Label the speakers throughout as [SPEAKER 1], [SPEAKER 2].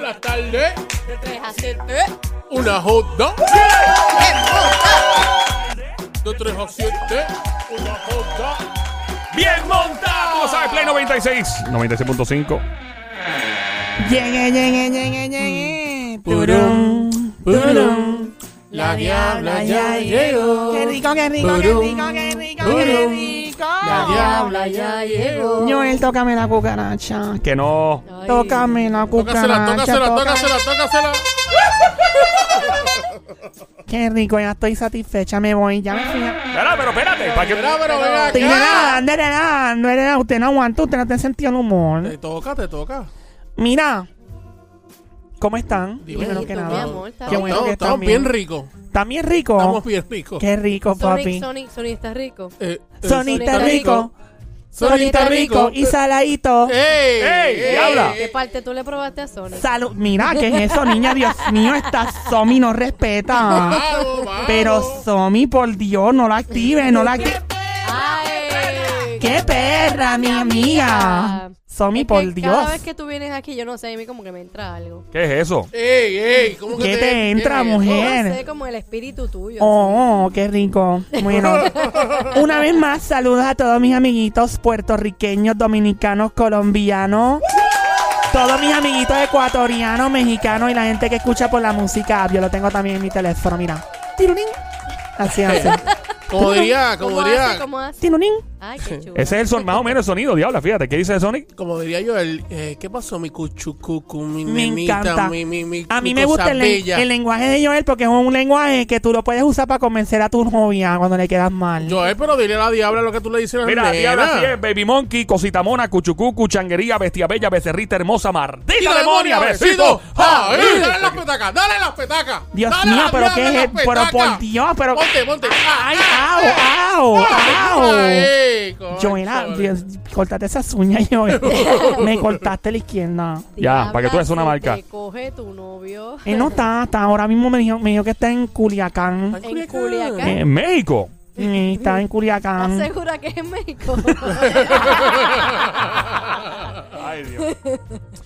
[SPEAKER 1] las tardes.
[SPEAKER 2] De 3 a 7.
[SPEAKER 1] Una hot dog. De 3 a 7. Una hot dog.
[SPEAKER 3] Bien montado, como sabes, Play 96. 96.5.
[SPEAKER 4] Llegué, llegué, llegué, llegué.
[SPEAKER 1] Purum, purum.
[SPEAKER 2] La diabla ya
[SPEAKER 1] llegó.
[SPEAKER 4] Qué rico, qué rico, qué rico, qué rico, qué
[SPEAKER 1] Purum.
[SPEAKER 4] rico.
[SPEAKER 2] Habla ya llegó.
[SPEAKER 4] Joel, tócame la cucaracha.
[SPEAKER 3] Que no.
[SPEAKER 2] Ay,
[SPEAKER 4] Tócame la
[SPEAKER 1] Tócasela,
[SPEAKER 4] cucaracha.
[SPEAKER 1] tócasela,
[SPEAKER 4] toca-
[SPEAKER 1] tócasela, tócasela.
[SPEAKER 4] Qué rico, ya estoy satisfecha, me voy, ya me fui.
[SPEAKER 1] Ah.
[SPEAKER 3] Espera, pero espérate. ¿Para qué?
[SPEAKER 1] Mira, pero ven
[SPEAKER 4] Estoy
[SPEAKER 1] acá.
[SPEAKER 4] nadando, nadando, nadando. Usted no aguanta, usted no tiene sentido el humor.
[SPEAKER 1] Te toca, te toca.
[SPEAKER 4] Mira, ¿cómo están?
[SPEAKER 1] Dime.
[SPEAKER 4] Primero que
[SPEAKER 2] Bien, mi
[SPEAKER 4] nada.
[SPEAKER 2] amor, está
[SPEAKER 4] Qué
[SPEAKER 2] bien.
[SPEAKER 4] bueno que
[SPEAKER 1] Estamos
[SPEAKER 4] están
[SPEAKER 1] estamos bien
[SPEAKER 4] bien.
[SPEAKER 1] ricos.
[SPEAKER 4] ¿Están bien ricos?
[SPEAKER 1] Estamos bien ricos.
[SPEAKER 4] Qué rico,
[SPEAKER 2] Sonic,
[SPEAKER 4] papi.
[SPEAKER 2] Sonic, Sonic está rico.
[SPEAKER 1] Eh, eh,
[SPEAKER 4] Sonita
[SPEAKER 2] Sonita
[SPEAKER 4] rico,
[SPEAKER 2] rico.
[SPEAKER 4] sonita rico y saladito.
[SPEAKER 1] ¡Ey!
[SPEAKER 3] ¡Ey! ¡Diabla!
[SPEAKER 2] ¿Qué parte tú le probaste a Sonic?
[SPEAKER 4] Salud. Mira, ¿qué es eso, niña? Dios mío, esta Somi no respeta.
[SPEAKER 1] Vamos, vamos.
[SPEAKER 4] Pero Somi, por Dios, no la active, no la active.
[SPEAKER 2] ¡Ay!
[SPEAKER 4] ¡Qué perra, mi amiga! Somi,
[SPEAKER 2] Es que
[SPEAKER 4] por Dios.
[SPEAKER 2] Cada vez que tú vienes aquí, yo no sé, a mí como que me entra algo.
[SPEAKER 3] ¿Qué es eso?
[SPEAKER 1] ¡Ey, ey! ¿Cómo que
[SPEAKER 4] ¿Qué te entra,
[SPEAKER 1] qué?
[SPEAKER 4] mujer?
[SPEAKER 2] No
[SPEAKER 4] Bien.
[SPEAKER 2] sé, como el espíritu tuyo.
[SPEAKER 4] Oh, oh, qué rico. Bueno, una vez más, saludos a todos mis amiguitos puertorriqueños, dominicanos, colombianos. Todos mis amiguitos ecuatorianos, mexicanos y la gente que escucha por la música. Yo lo tengo también en mi teléfono, mira. Tirunín. Así hace.
[SPEAKER 1] Como diría, como
[SPEAKER 2] ¿Cómo hace?
[SPEAKER 1] diría,
[SPEAKER 2] ¿Cómo hace?
[SPEAKER 4] Tirunín.
[SPEAKER 2] Ay, qué chulo.
[SPEAKER 3] Ese es el son, más o menos el sonido, diabla. Fíjate, ¿qué dice el Sonic?
[SPEAKER 1] como diría yo, el, eh, ¿qué pasó, mi cuchucucu, mi
[SPEAKER 4] Me
[SPEAKER 1] nenita,
[SPEAKER 4] encanta.
[SPEAKER 1] mi, mi, mi,
[SPEAKER 4] A
[SPEAKER 1] mi
[SPEAKER 4] mí me
[SPEAKER 1] cosa
[SPEAKER 4] gusta el, len-
[SPEAKER 1] bella?
[SPEAKER 4] el lenguaje de Joel porque es un lenguaje que tú lo puedes usar para convencer a tu novia cuando le quedas mal.
[SPEAKER 1] Yo, eh, pero dile a la diabla lo que tú le dices a la
[SPEAKER 3] Mira,
[SPEAKER 1] nena.
[SPEAKER 3] diabla, sí es Baby Monkey, Cosita Mona, Cuchucucu, Changuería, Bestia Bella, Becerrita Hermosa,
[SPEAKER 1] ¡Tira
[SPEAKER 3] Mardita
[SPEAKER 1] demonia,
[SPEAKER 3] Demonia,
[SPEAKER 1] besito!
[SPEAKER 3] Besito. Ah,
[SPEAKER 1] ¡Ay! ¡Dale las petacas! ¡Dale las petacas!
[SPEAKER 4] Dios
[SPEAKER 1] ¡Dale
[SPEAKER 4] mío,
[SPEAKER 1] las-
[SPEAKER 4] pero
[SPEAKER 1] dale
[SPEAKER 4] qué es
[SPEAKER 1] las
[SPEAKER 4] el- pero
[SPEAKER 1] petacas! Ah,
[SPEAKER 4] por Dios, pero-
[SPEAKER 1] Monte, monte.
[SPEAKER 4] ¡Ay, ah, oh, au, au,
[SPEAKER 1] Ah,
[SPEAKER 4] au! Joela, ah, Dios, cortate esas uñas, Joel. Me cortaste la izquierda.
[SPEAKER 3] Ya, para que tú
[SPEAKER 2] Diabla,
[SPEAKER 3] hagas una
[SPEAKER 2] si
[SPEAKER 3] marca.
[SPEAKER 2] Te coge tu novio
[SPEAKER 4] Él no está, hasta ahora mismo me dijo, me dijo que está en Culiacán.
[SPEAKER 2] en Culiacán.
[SPEAKER 3] En México.
[SPEAKER 4] Eh, Está en
[SPEAKER 2] ¿Estás
[SPEAKER 4] Culiacán.
[SPEAKER 2] segura que es en México?
[SPEAKER 3] Ay, Dios.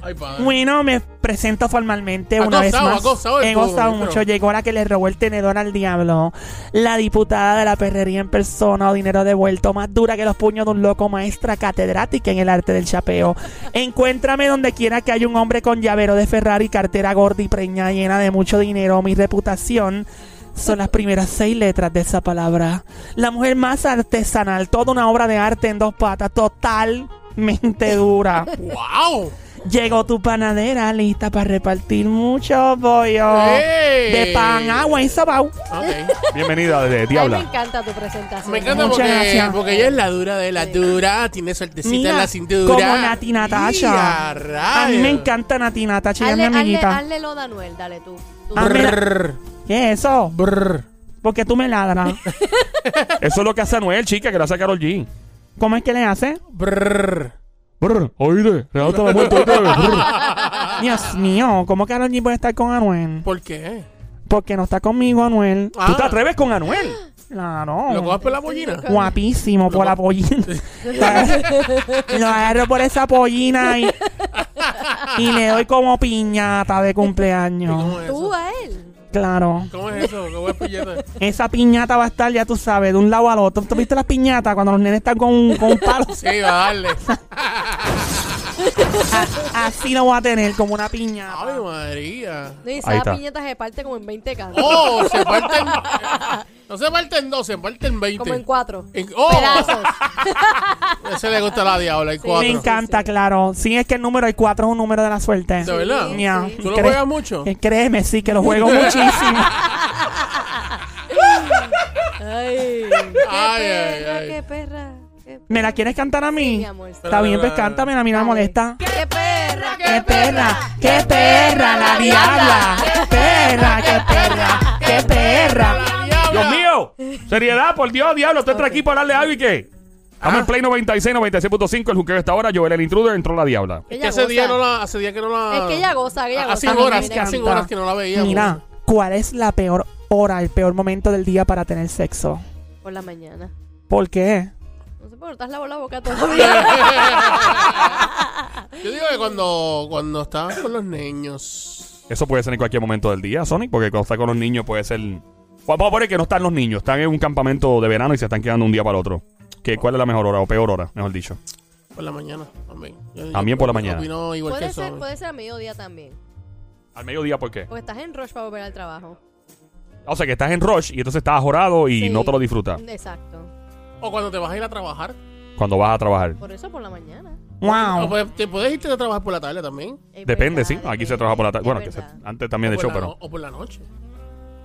[SPEAKER 1] Ay, padre.
[SPEAKER 4] Bueno, me presento formalmente
[SPEAKER 1] Has
[SPEAKER 4] una vez
[SPEAKER 1] gozado,
[SPEAKER 4] más.
[SPEAKER 1] has gozado de
[SPEAKER 4] He
[SPEAKER 1] todo,
[SPEAKER 4] gozado
[SPEAKER 1] mi
[SPEAKER 4] mucho.
[SPEAKER 1] perro.
[SPEAKER 4] Llegó la que le robó el tenedor al diablo. La diputada de la perrería en persona o dinero devuelto. Más dura que los puños de un loco maestra catedrática en el arte del chapeo. Encuéntrame donde quiera que haya un hombre con llavero de Ferrari, cartera gorda y preña llena de mucho dinero. Mi reputación son las primeras seis letras de esa palabra. La mujer más artesanal. Toda una obra de arte en dos patas. Totalmente dura.
[SPEAKER 1] ¡Wow!
[SPEAKER 4] Llegó tu panadera lista para repartir mucho pollo.
[SPEAKER 1] ¡Ey!
[SPEAKER 4] De pan, agua y sobao.
[SPEAKER 1] ¡Eh! Ok.
[SPEAKER 3] Bienvenida desde
[SPEAKER 2] Ay, me
[SPEAKER 3] Diabla.
[SPEAKER 2] encanta tu presentación.
[SPEAKER 1] Me encanta
[SPEAKER 4] Muchas
[SPEAKER 1] porque,
[SPEAKER 4] gracias. Eh,
[SPEAKER 1] porque ella es la dura de la dura, tiene suertecita
[SPEAKER 4] Mira,
[SPEAKER 1] en la cintura.
[SPEAKER 4] como Nati Natasha.
[SPEAKER 1] ¡Ya, rayos!
[SPEAKER 4] A mí me encanta Nati Natacha, ella
[SPEAKER 2] Hazle,
[SPEAKER 4] es mi
[SPEAKER 2] hazle,
[SPEAKER 4] amiguita.
[SPEAKER 2] hazle lo de Anuel, dale tú. Tú-
[SPEAKER 4] Ah, mira.
[SPEAKER 1] Brr,
[SPEAKER 4] ¿Qué es eso?
[SPEAKER 1] brr.
[SPEAKER 4] Porque tú me ladras.
[SPEAKER 3] Eso es lo que hace Anuel, chica, que lo hace a Carol G.
[SPEAKER 4] ¿Cómo es que le hace?
[SPEAKER 1] Brr.
[SPEAKER 3] Brr, oíde, regálate la muerte otra vez. brr.
[SPEAKER 1] Ah.
[SPEAKER 4] Dios mío, ¿cómo Carol G puede estar con Anuel?
[SPEAKER 1] ¿Por qué?
[SPEAKER 4] Porque no está conmigo Anuel.
[SPEAKER 3] ¿Tú te atreves con Anuel?
[SPEAKER 1] Ah. ¿Lo
[SPEAKER 4] Claro.
[SPEAKER 1] cojas por la pollina?
[SPEAKER 4] Guapísimo por la pollina. Lo agarro por esa pollina y, y le doy como piñata de cumpleaños.
[SPEAKER 1] ¿Cómo es
[SPEAKER 2] Tú
[SPEAKER 1] eso?
[SPEAKER 2] a él.
[SPEAKER 4] Claro.
[SPEAKER 1] ¿Cómo es eso? ¿Cómo es polleta?
[SPEAKER 4] Esa piñata va a estar, ya tú sabes, de un lado al otro. ¿Tú viste las piñatas cuando los nenes están con un, con un palo?
[SPEAKER 1] Sí, va a darle.
[SPEAKER 2] Ah,
[SPEAKER 4] A- Así lo voy a tener, como una piñata.
[SPEAKER 1] ¡Ay, María!
[SPEAKER 2] No, y
[SPEAKER 3] Ahí
[SPEAKER 2] esa
[SPEAKER 3] está.
[SPEAKER 2] piñata se parte como en 20 cantos.
[SPEAKER 1] ¡Oh! Se parten. No se parten dos, se parten veinte.
[SPEAKER 2] como en cuatro.
[SPEAKER 1] En- ¡Oh!
[SPEAKER 2] Pedazos.
[SPEAKER 1] Ese le gusta a la diabla, hay
[SPEAKER 4] Me
[SPEAKER 1] cuatro.
[SPEAKER 4] encanta, claro. Sí, es que el número, el 4 es un número de la suerte.
[SPEAKER 1] ¿De verdad?
[SPEAKER 4] Ya.
[SPEAKER 1] ¿Tú lo
[SPEAKER 4] Cre-
[SPEAKER 1] juegas mucho?
[SPEAKER 4] eh, Créeme, sí, que lo juego muchísimo.
[SPEAKER 2] Ay,
[SPEAKER 1] Ay,
[SPEAKER 2] qué
[SPEAKER 1] ay,
[SPEAKER 2] perra,
[SPEAKER 1] ay.
[SPEAKER 2] qué perra. Qué,
[SPEAKER 4] ¿Me la quieres cantar a mí?
[SPEAKER 2] mi amor.
[SPEAKER 4] Está bien, pues cántame, a mí no me molesta.
[SPEAKER 2] qué perra,
[SPEAKER 4] ¡Qué perra! ¡Qué perra la diabla! ¡Qué perra, qué perra, qué perra!
[SPEAKER 3] Dios mío, seriedad, por Dios, diablo, tú entras aquí para darle algo y qué. Estamos
[SPEAKER 1] Ah.
[SPEAKER 3] en Play 96, 96.5, el juqueo está ahora, Joel el intruder, entró la diabla.
[SPEAKER 1] Es
[SPEAKER 2] Ella
[SPEAKER 1] que hace día,
[SPEAKER 2] goza.
[SPEAKER 1] no la, hace día que no la.
[SPEAKER 2] Es que ella goza, que ella goza.
[SPEAKER 1] Hace
[SPEAKER 4] Ah, no,
[SPEAKER 1] horas,
[SPEAKER 4] mira.
[SPEAKER 1] hace horas que no la veíamos.
[SPEAKER 4] Mira, ¿cuál es la peor hora, el peor momento del día para tener sexo?
[SPEAKER 2] Por la mañana.
[SPEAKER 4] ¿Por qué?
[SPEAKER 2] No sé por qué no te has lavado la boca todavía.
[SPEAKER 1] Yo digo que cuando, cuando estabas con los niños.
[SPEAKER 3] Eso puede ser en cualquier momento del día, Sonic, porque cuando está con los niños puede ser. Vamos a poner que no están los niños, están en un campamento de verano y se están quedando un día para el otro. ¿Qué, ¿Cuál es la mejor hora o peor hora, mejor dicho?
[SPEAKER 1] Por la mañana también. Yo- yo
[SPEAKER 3] También por la mañana.
[SPEAKER 1] opino igual que
[SPEAKER 2] puede,
[SPEAKER 1] eso.
[SPEAKER 2] ser, puede ser a mediodía también.
[SPEAKER 3] Al mediodía, ¿por qué?
[SPEAKER 2] Porque estás en rush para volver al trabajo.
[SPEAKER 3] O sea, que estás en rush y entonces estás jorado y
[SPEAKER 2] Sí.
[SPEAKER 3] no te lo disfrutas
[SPEAKER 2] Exacto.
[SPEAKER 1] O cuando te vas a ir a trabajar.
[SPEAKER 3] cuando vas a trabajar.
[SPEAKER 2] Por eso por la mañana.
[SPEAKER 1] O
[SPEAKER 4] Wow.
[SPEAKER 1] puedes- te puedes irte a trabajar por la tarde también.
[SPEAKER 2] Es
[SPEAKER 3] Depende,
[SPEAKER 2] verdad,
[SPEAKER 3] sí. Aquí se
[SPEAKER 2] depende.
[SPEAKER 3] trabaja por la tarde.
[SPEAKER 2] Es
[SPEAKER 3] Bueno, que se-
[SPEAKER 2] verdad.
[SPEAKER 3] antes también
[SPEAKER 1] O
[SPEAKER 3] de
[SPEAKER 1] por
[SPEAKER 3] hecho,
[SPEAKER 1] la no-
[SPEAKER 3] pero.
[SPEAKER 1] O por la noche.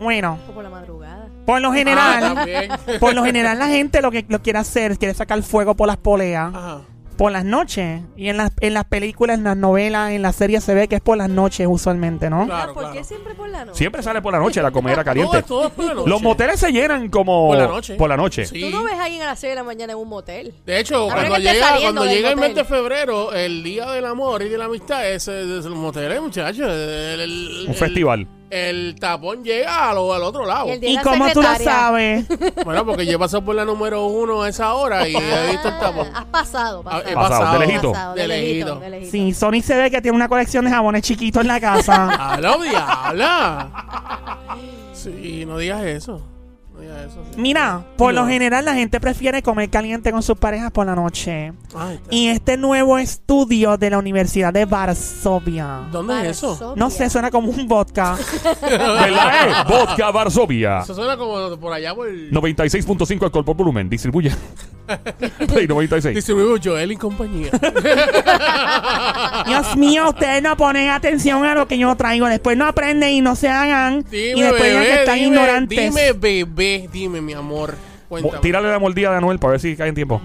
[SPEAKER 4] Bueno,
[SPEAKER 2] O por la madrugada.
[SPEAKER 4] por lo
[SPEAKER 1] Ah,
[SPEAKER 4] general,
[SPEAKER 1] también.
[SPEAKER 4] por lo general la gente lo que lo quiere hacer, quiere sacar fuego por las poleas.
[SPEAKER 2] Ah,
[SPEAKER 1] Ajá.
[SPEAKER 4] Por las noches. Y en las, en las películas, en las novelas, en las series se ve que es por las noches usualmente, ¿no?
[SPEAKER 1] Claro,
[SPEAKER 2] ¿Por
[SPEAKER 1] claro.
[SPEAKER 2] qué siempre por la noche?
[SPEAKER 3] Siempre sale por la noche la comedera caliente.
[SPEAKER 1] Todo, todo es por la noche.
[SPEAKER 3] Los moteles se llenan como.
[SPEAKER 1] Por la noche.
[SPEAKER 3] Por la noche.
[SPEAKER 1] Sí.
[SPEAKER 2] Tú no ves a alguien a las 6 de la mañana en un motel.
[SPEAKER 1] De hecho,
[SPEAKER 2] Ahora
[SPEAKER 1] cuando
[SPEAKER 2] que esté
[SPEAKER 1] llega,
[SPEAKER 2] saliendo
[SPEAKER 1] cuando
[SPEAKER 2] del
[SPEAKER 1] llega el mes
[SPEAKER 2] motel.
[SPEAKER 1] de febrero, el día del amor y de la amistad es, es el motel, eh, muchachos. El- el-
[SPEAKER 3] Un
[SPEAKER 1] el-
[SPEAKER 3] festival.
[SPEAKER 1] El tapón llega a lo- al otro lado.
[SPEAKER 2] Y el día de
[SPEAKER 4] ¿Y
[SPEAKER 2] la
[SPEAKER 4] cómo tú lo
[SPEAKER 2] secretaria.
[SPEAKER 4] sabes?
[SPEAKER 1] Bueno, porque yo he pasado por la número uno a esa hora y he visto el
[SPEAKER 2] Ah,
[SPEAKER 1] tapón.
[SPEAKER 2] Has pasado, pasado.
[SPEAKER 1] he
[SPEAKER 3] Pasado, de lejito.
[SPEAKER 2] Pasado,
[SPEAKER 1] De lejito.
[SPEAKER 2] de lejito.
[SPEAKER 4] Sí, Sony se ve que tiene una colección de jabones chiquitos en la casa.
[SPEAKER 1] ¡A lo diabla! Sí, no digas eso. No digas eso.
[SPEAKER 4] Mira, por
[SPEAKER 1] No.
[SPEAKER 4] lo general la gente prefiere comer caliente con sus parejas por la noche.
[SPEAKER 1] Ay, está-
[SPEAKER 4] Y este nuevo estudio de la Universidad de Varsovia.
[SPEAKER 1] ¿Dónde es eso?
[SPEAKER 2] Varsovia.
[SPEAKER 4] No sé, suena como un vodka.
[SPEAKER 3] ¿Verdad, eh? Vodka Varsovia.
[SPEAKER 1] Eso suena como por allá por...
[SPEAKER 3] 96.5 alcohol por volumen. Distribuye. Play 96.
[SPEAKER 1] Distribuido Joel y compañía.
[SPEAKER 4] Dios mío, ustedes no ponen atención a lo que yo traigo. Después no aprenden y no se hagan.
[SPEAKER 1] Dime,
[SPEAKER 4] y después digan que
[SPEAKER 1] bebé,
[SPEAKER 4] están
[SPEAKER 1] dime,
[SPEAKER 4] ignorantes.
[SPEAKER 1] Dime, bebé, dime, mi amor. Cuéntame.
[SPEAKER 3] Mo- Tírale la mordida de Anuel para ver si cae en tiempo.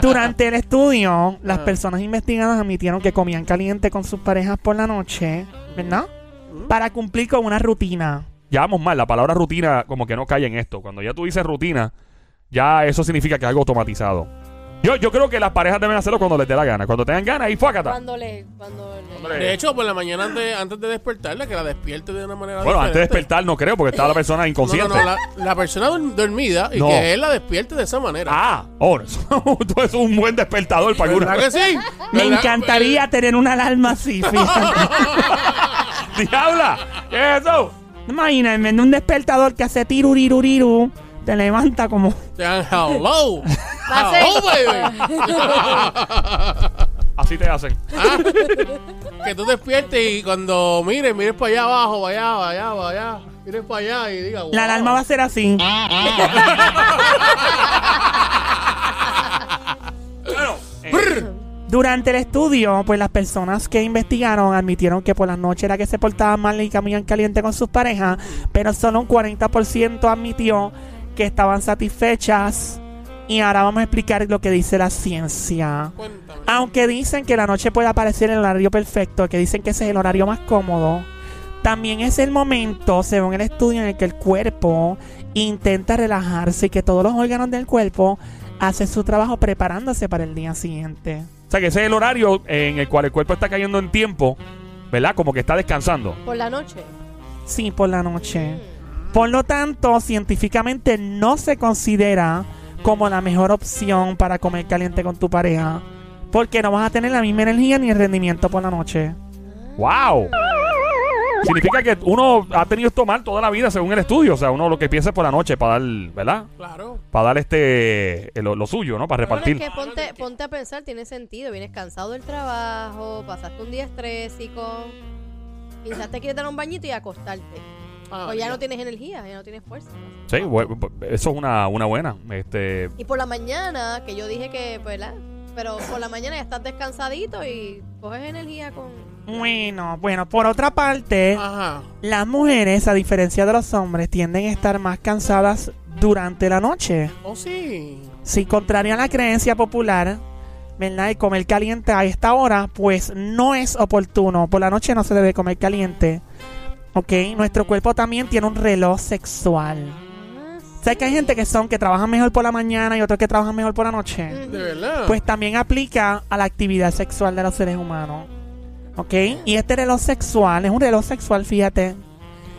[SPEAKER 4] Durante el estudio, las
[SPEAKER 1] Ah.
[SPEAKER 4] personas investigadas admitieron que comían caliente con sus parejas por la noche, ¿verdad?
[SPEAKER 1] Mm.
[SPEAKER 4] Para cumplir con una rutina.
[SPEAKER 3] Ya vamos mal. La palabra rutina como que no cae en esto. Cuando ya tú dices rutina, ya eso significa que es algo automatizado. Yo, yo creo que las parejas deben hacerlo cuando les dé la gana. Cuando tengan ganas y fuácata.
[SPEAKER 2] Cuando le. Cuando le.
[SPEAKER 3] Hombre.
[SPEAKER 1] De hecho, por la mañana antes, antes de despertarla, que la despierte de una manera
[SPEAKER 3] Bueno, antes de
[SPEAKER 1] diferente.
[SPEAKER 3] despertar no creo porque está la persona
[SPEAKER 1] No,
[SPEAKER 3] inconsciente.
[SPEAKER 1] no, no, la, la persona dur- dormida y
[SPEAKER 3] No.
[SPEAKER 1] que él la despierte de esa manera.
[SPEAKER 3] Ah, ahora. Tú eres un buen despertador para alguna.
[SPEAKER 1] ¿Verdad que sí?
[SPEAKER 4] Me
[SPEAKER 1] ¿Verdad? Eh.
[SPEAKER 4] encantaría tener una alarma así, fíjate.
[SPEAKER 3] ¡Diabla! ¿Qué es eso?
[SPEAKER 4] Imagínense, un despertador que hace tiruriruriru, te levanta como...
[SPEAKER 1] Dan hello.
[SPEAKER 2] a ser-
[SPEAKER 1] Hello, baby.
[SPEAKER 3] Así te hacen.
[SPEAKER 1] que tú despiertes y cuando mires, mires para allá abajo, para allá, para allá, para allá. Mires para allá y diga,
[SPEAKER 4] La alarma va a ser así.
[SPEAKER 3] Bueno, eh,
[SPEAKER 4] Durante el estudio, pues las personas que investigaron admitieron que por las noches era que se portaban mal y comían caliente con sus parejas, pero solo un 40% admitió que estaban satisfechas. Y ahora vamos a explicar lo que dice la ciencia.
[SPEAKER 1] Cuéntame.
[SPEAKER 4] Aunque dicen que la noche puede aparecer el horario perfecto, que dicen que ese es el horario más cómodo, también es el momento, según el estudio, en el que el cuerpo intenta relajarse y que todos los órganos del cuerpo hacen su trabajo preparándose para el día siguiente.
[SPEAKER 3] o sea, que ese es el horario en el cual el cuerpo está cayendo en tiempo, ¿verdad? Como que está descansando.
[SPEAKER 2] Por la noche.
[SPEAKER 4] Sí, por la noche. Por lo tanto, científicamente no se considera como la mejor opción para comer caliente con tu pareja. Porque no vas a tener la misma energía ni el rendimiento por la noche.
[SPEAKER 3] ¡Wow! Significa que uno ha tenido esto mal toda la vida según el estudio. O sea, uno lo que piensa es por la noche para dar, ¿verdad?
[SPEAKER 1] Claro.
[SPEAKER 3] Para dar este eh, lo, lo suyo, ¿no? Para
[SPEAKER 2] Bueno, es
[SPEAKER 3] repartir.
[SPEAKER 2] que ponte, ponte a pensar, tiene sentido. Vienes cansado del trabajo, pasaste un día estrésico. Quizás te quieres dar un bañito y acostarte.
[SPEAKER 1] Ah,
[SPEAKER 2] o ya no
[SPEAKER 1] mira.
[SPEAKER 2] tienes energía, ya no tienes fuerza.
[SPEAKER 3] Sí, bu- bu- eso es una, una buena. Este,
[SPEAKER 2] Y por la mañana, que yo dije que, pues, ¿verdad? Pero por la mañana ya estás descansadito y coges energía con.
[SPEAKER 4] Bueno, bueno, por otra parte,
[SPEAKER 1] Ajá.
[SPEAKER 4] las mujeres, a diferencia de los hombres, tienden a estar más cansadas durante la noche.
[SPEAKER 1] Oh, sí.
[SPEAKER 4] Si contrario a la creencia popular, ¿verdad? Y comer caliente a esta hora, pues no es oportuno. Por la noche no se debe comer caliente. ¿Ok? Nuestro cuerpo también tiene un reloj sexual.
[SPEAKER 2] Ah,
[SPEAKER 4] Sé que hay gente que son que trabajan mejor por la mañana y otros que trabajan mejor por la noche.
[SPEAKER 2] Ujú.
[SPEAKER 1] De verdad.
[SPEAKER 4] Pues también aplica a la actividad sexual de los seres humanos. ¿Ok? Y este reloj sexual es un reloj sexual, fíjate.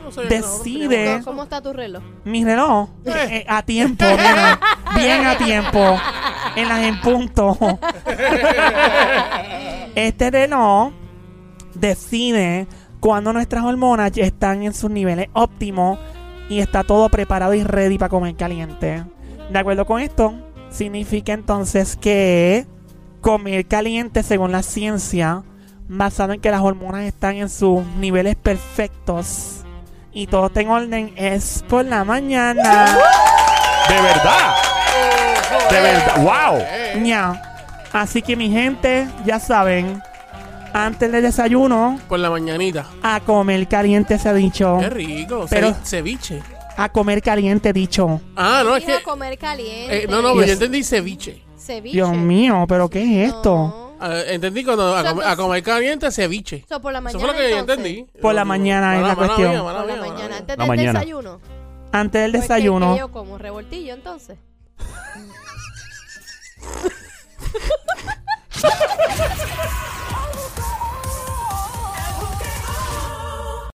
[SPEAKER 1] No sabía que nosotros
[SPEAKER 4] decide
[SPEAKER 2] ¿Cómo, cómo está tu reloj?
[SPEAKER 4] mi reloj eh, a tiempo, nena. bien a tiempo, en las en punto. Este reloj decide cuando nuestras hormonas ya están en sus niveles óptimos y está todo preparado y ready para comer caliente. De acuerdo con esto, significa entonces que comer caliente, según la ciencia, basado en que las hormonas están en sus niveles perfectos y todo está en orden, es por la mañana.
[SPEAKER 3] De verdad. De verdad. Wow.
[SPEAKER 1] Eh,
[SPEAKER 4] Ña. Así que mi gente, ya saben, antes del desayuno,
[SPEAKER 1] por la mañanita.
[SPEAKER 4] a comer caliente se ha dicho.
[SPEAKER 1] Qué rico.
[SPEAKER 4] Oh. Pero-
[SPEAKER 1] Pero, ceviche.
[SPEAKER 4] A comer caliente dicho.
[SPEAKER 1] Ah, no, es
[SPEAKER 2] Dijo
[SPEAKER 1] que.
[SPEAKER 2] comer caliente.
[SPEAKER 1] eh, no, no,
[SPEAKER 4] Dios.
[SPEAKER 1] pero yo entendí ceviche.
[SPEAKER 2] Ceviche.
[SPEAKER 4] Dios mío, pero ¿qué es
[SPEAKER 2] No.
[SPEAKER 4] esto?
[SPEAKER 1] Ah, entendí cuando a,
[SPEAKER 2] sea,
[SPEAKER 1] com-
[SPEAKER 2] tú-
[SPEAKER 1] a comer caliente ceviche.
[SPEAKER 2] So, por la
[SPEAKER 1] Eso
[SPEAKER 2] mañana.
[SPEAKER 1] fue lo que yo
[SPEAKER 2] entonces.
[SPEAKER 1] entendí.
[SPEAKER 4] Por la mañana es
[SPEAKER 1] Mala-
[SPEAKER 4] la
[SPEAKER 1] mala
[SPEAKER 4] cuestión.
[SPEAKER 1] mía, mala
[SPEAKER 2] Por la
[SPEAKER 1] mía, mala
[SPEAKER 2] mañana.
[SPEAKER 1] mía.
[SPEAKER 2] Antes
[SPEAKER 3] La
[SPEAKER 2] del
[SPEAKER 3] mañana.
[SPEAKER 2] desayuno.
[SPEAKER 4] Antes del
[SPEAKER 2] Pues, ¿qué- qué
[SPEAKER 4] desayuno,
[SPEAKER 2] yo como revoltillo entonces.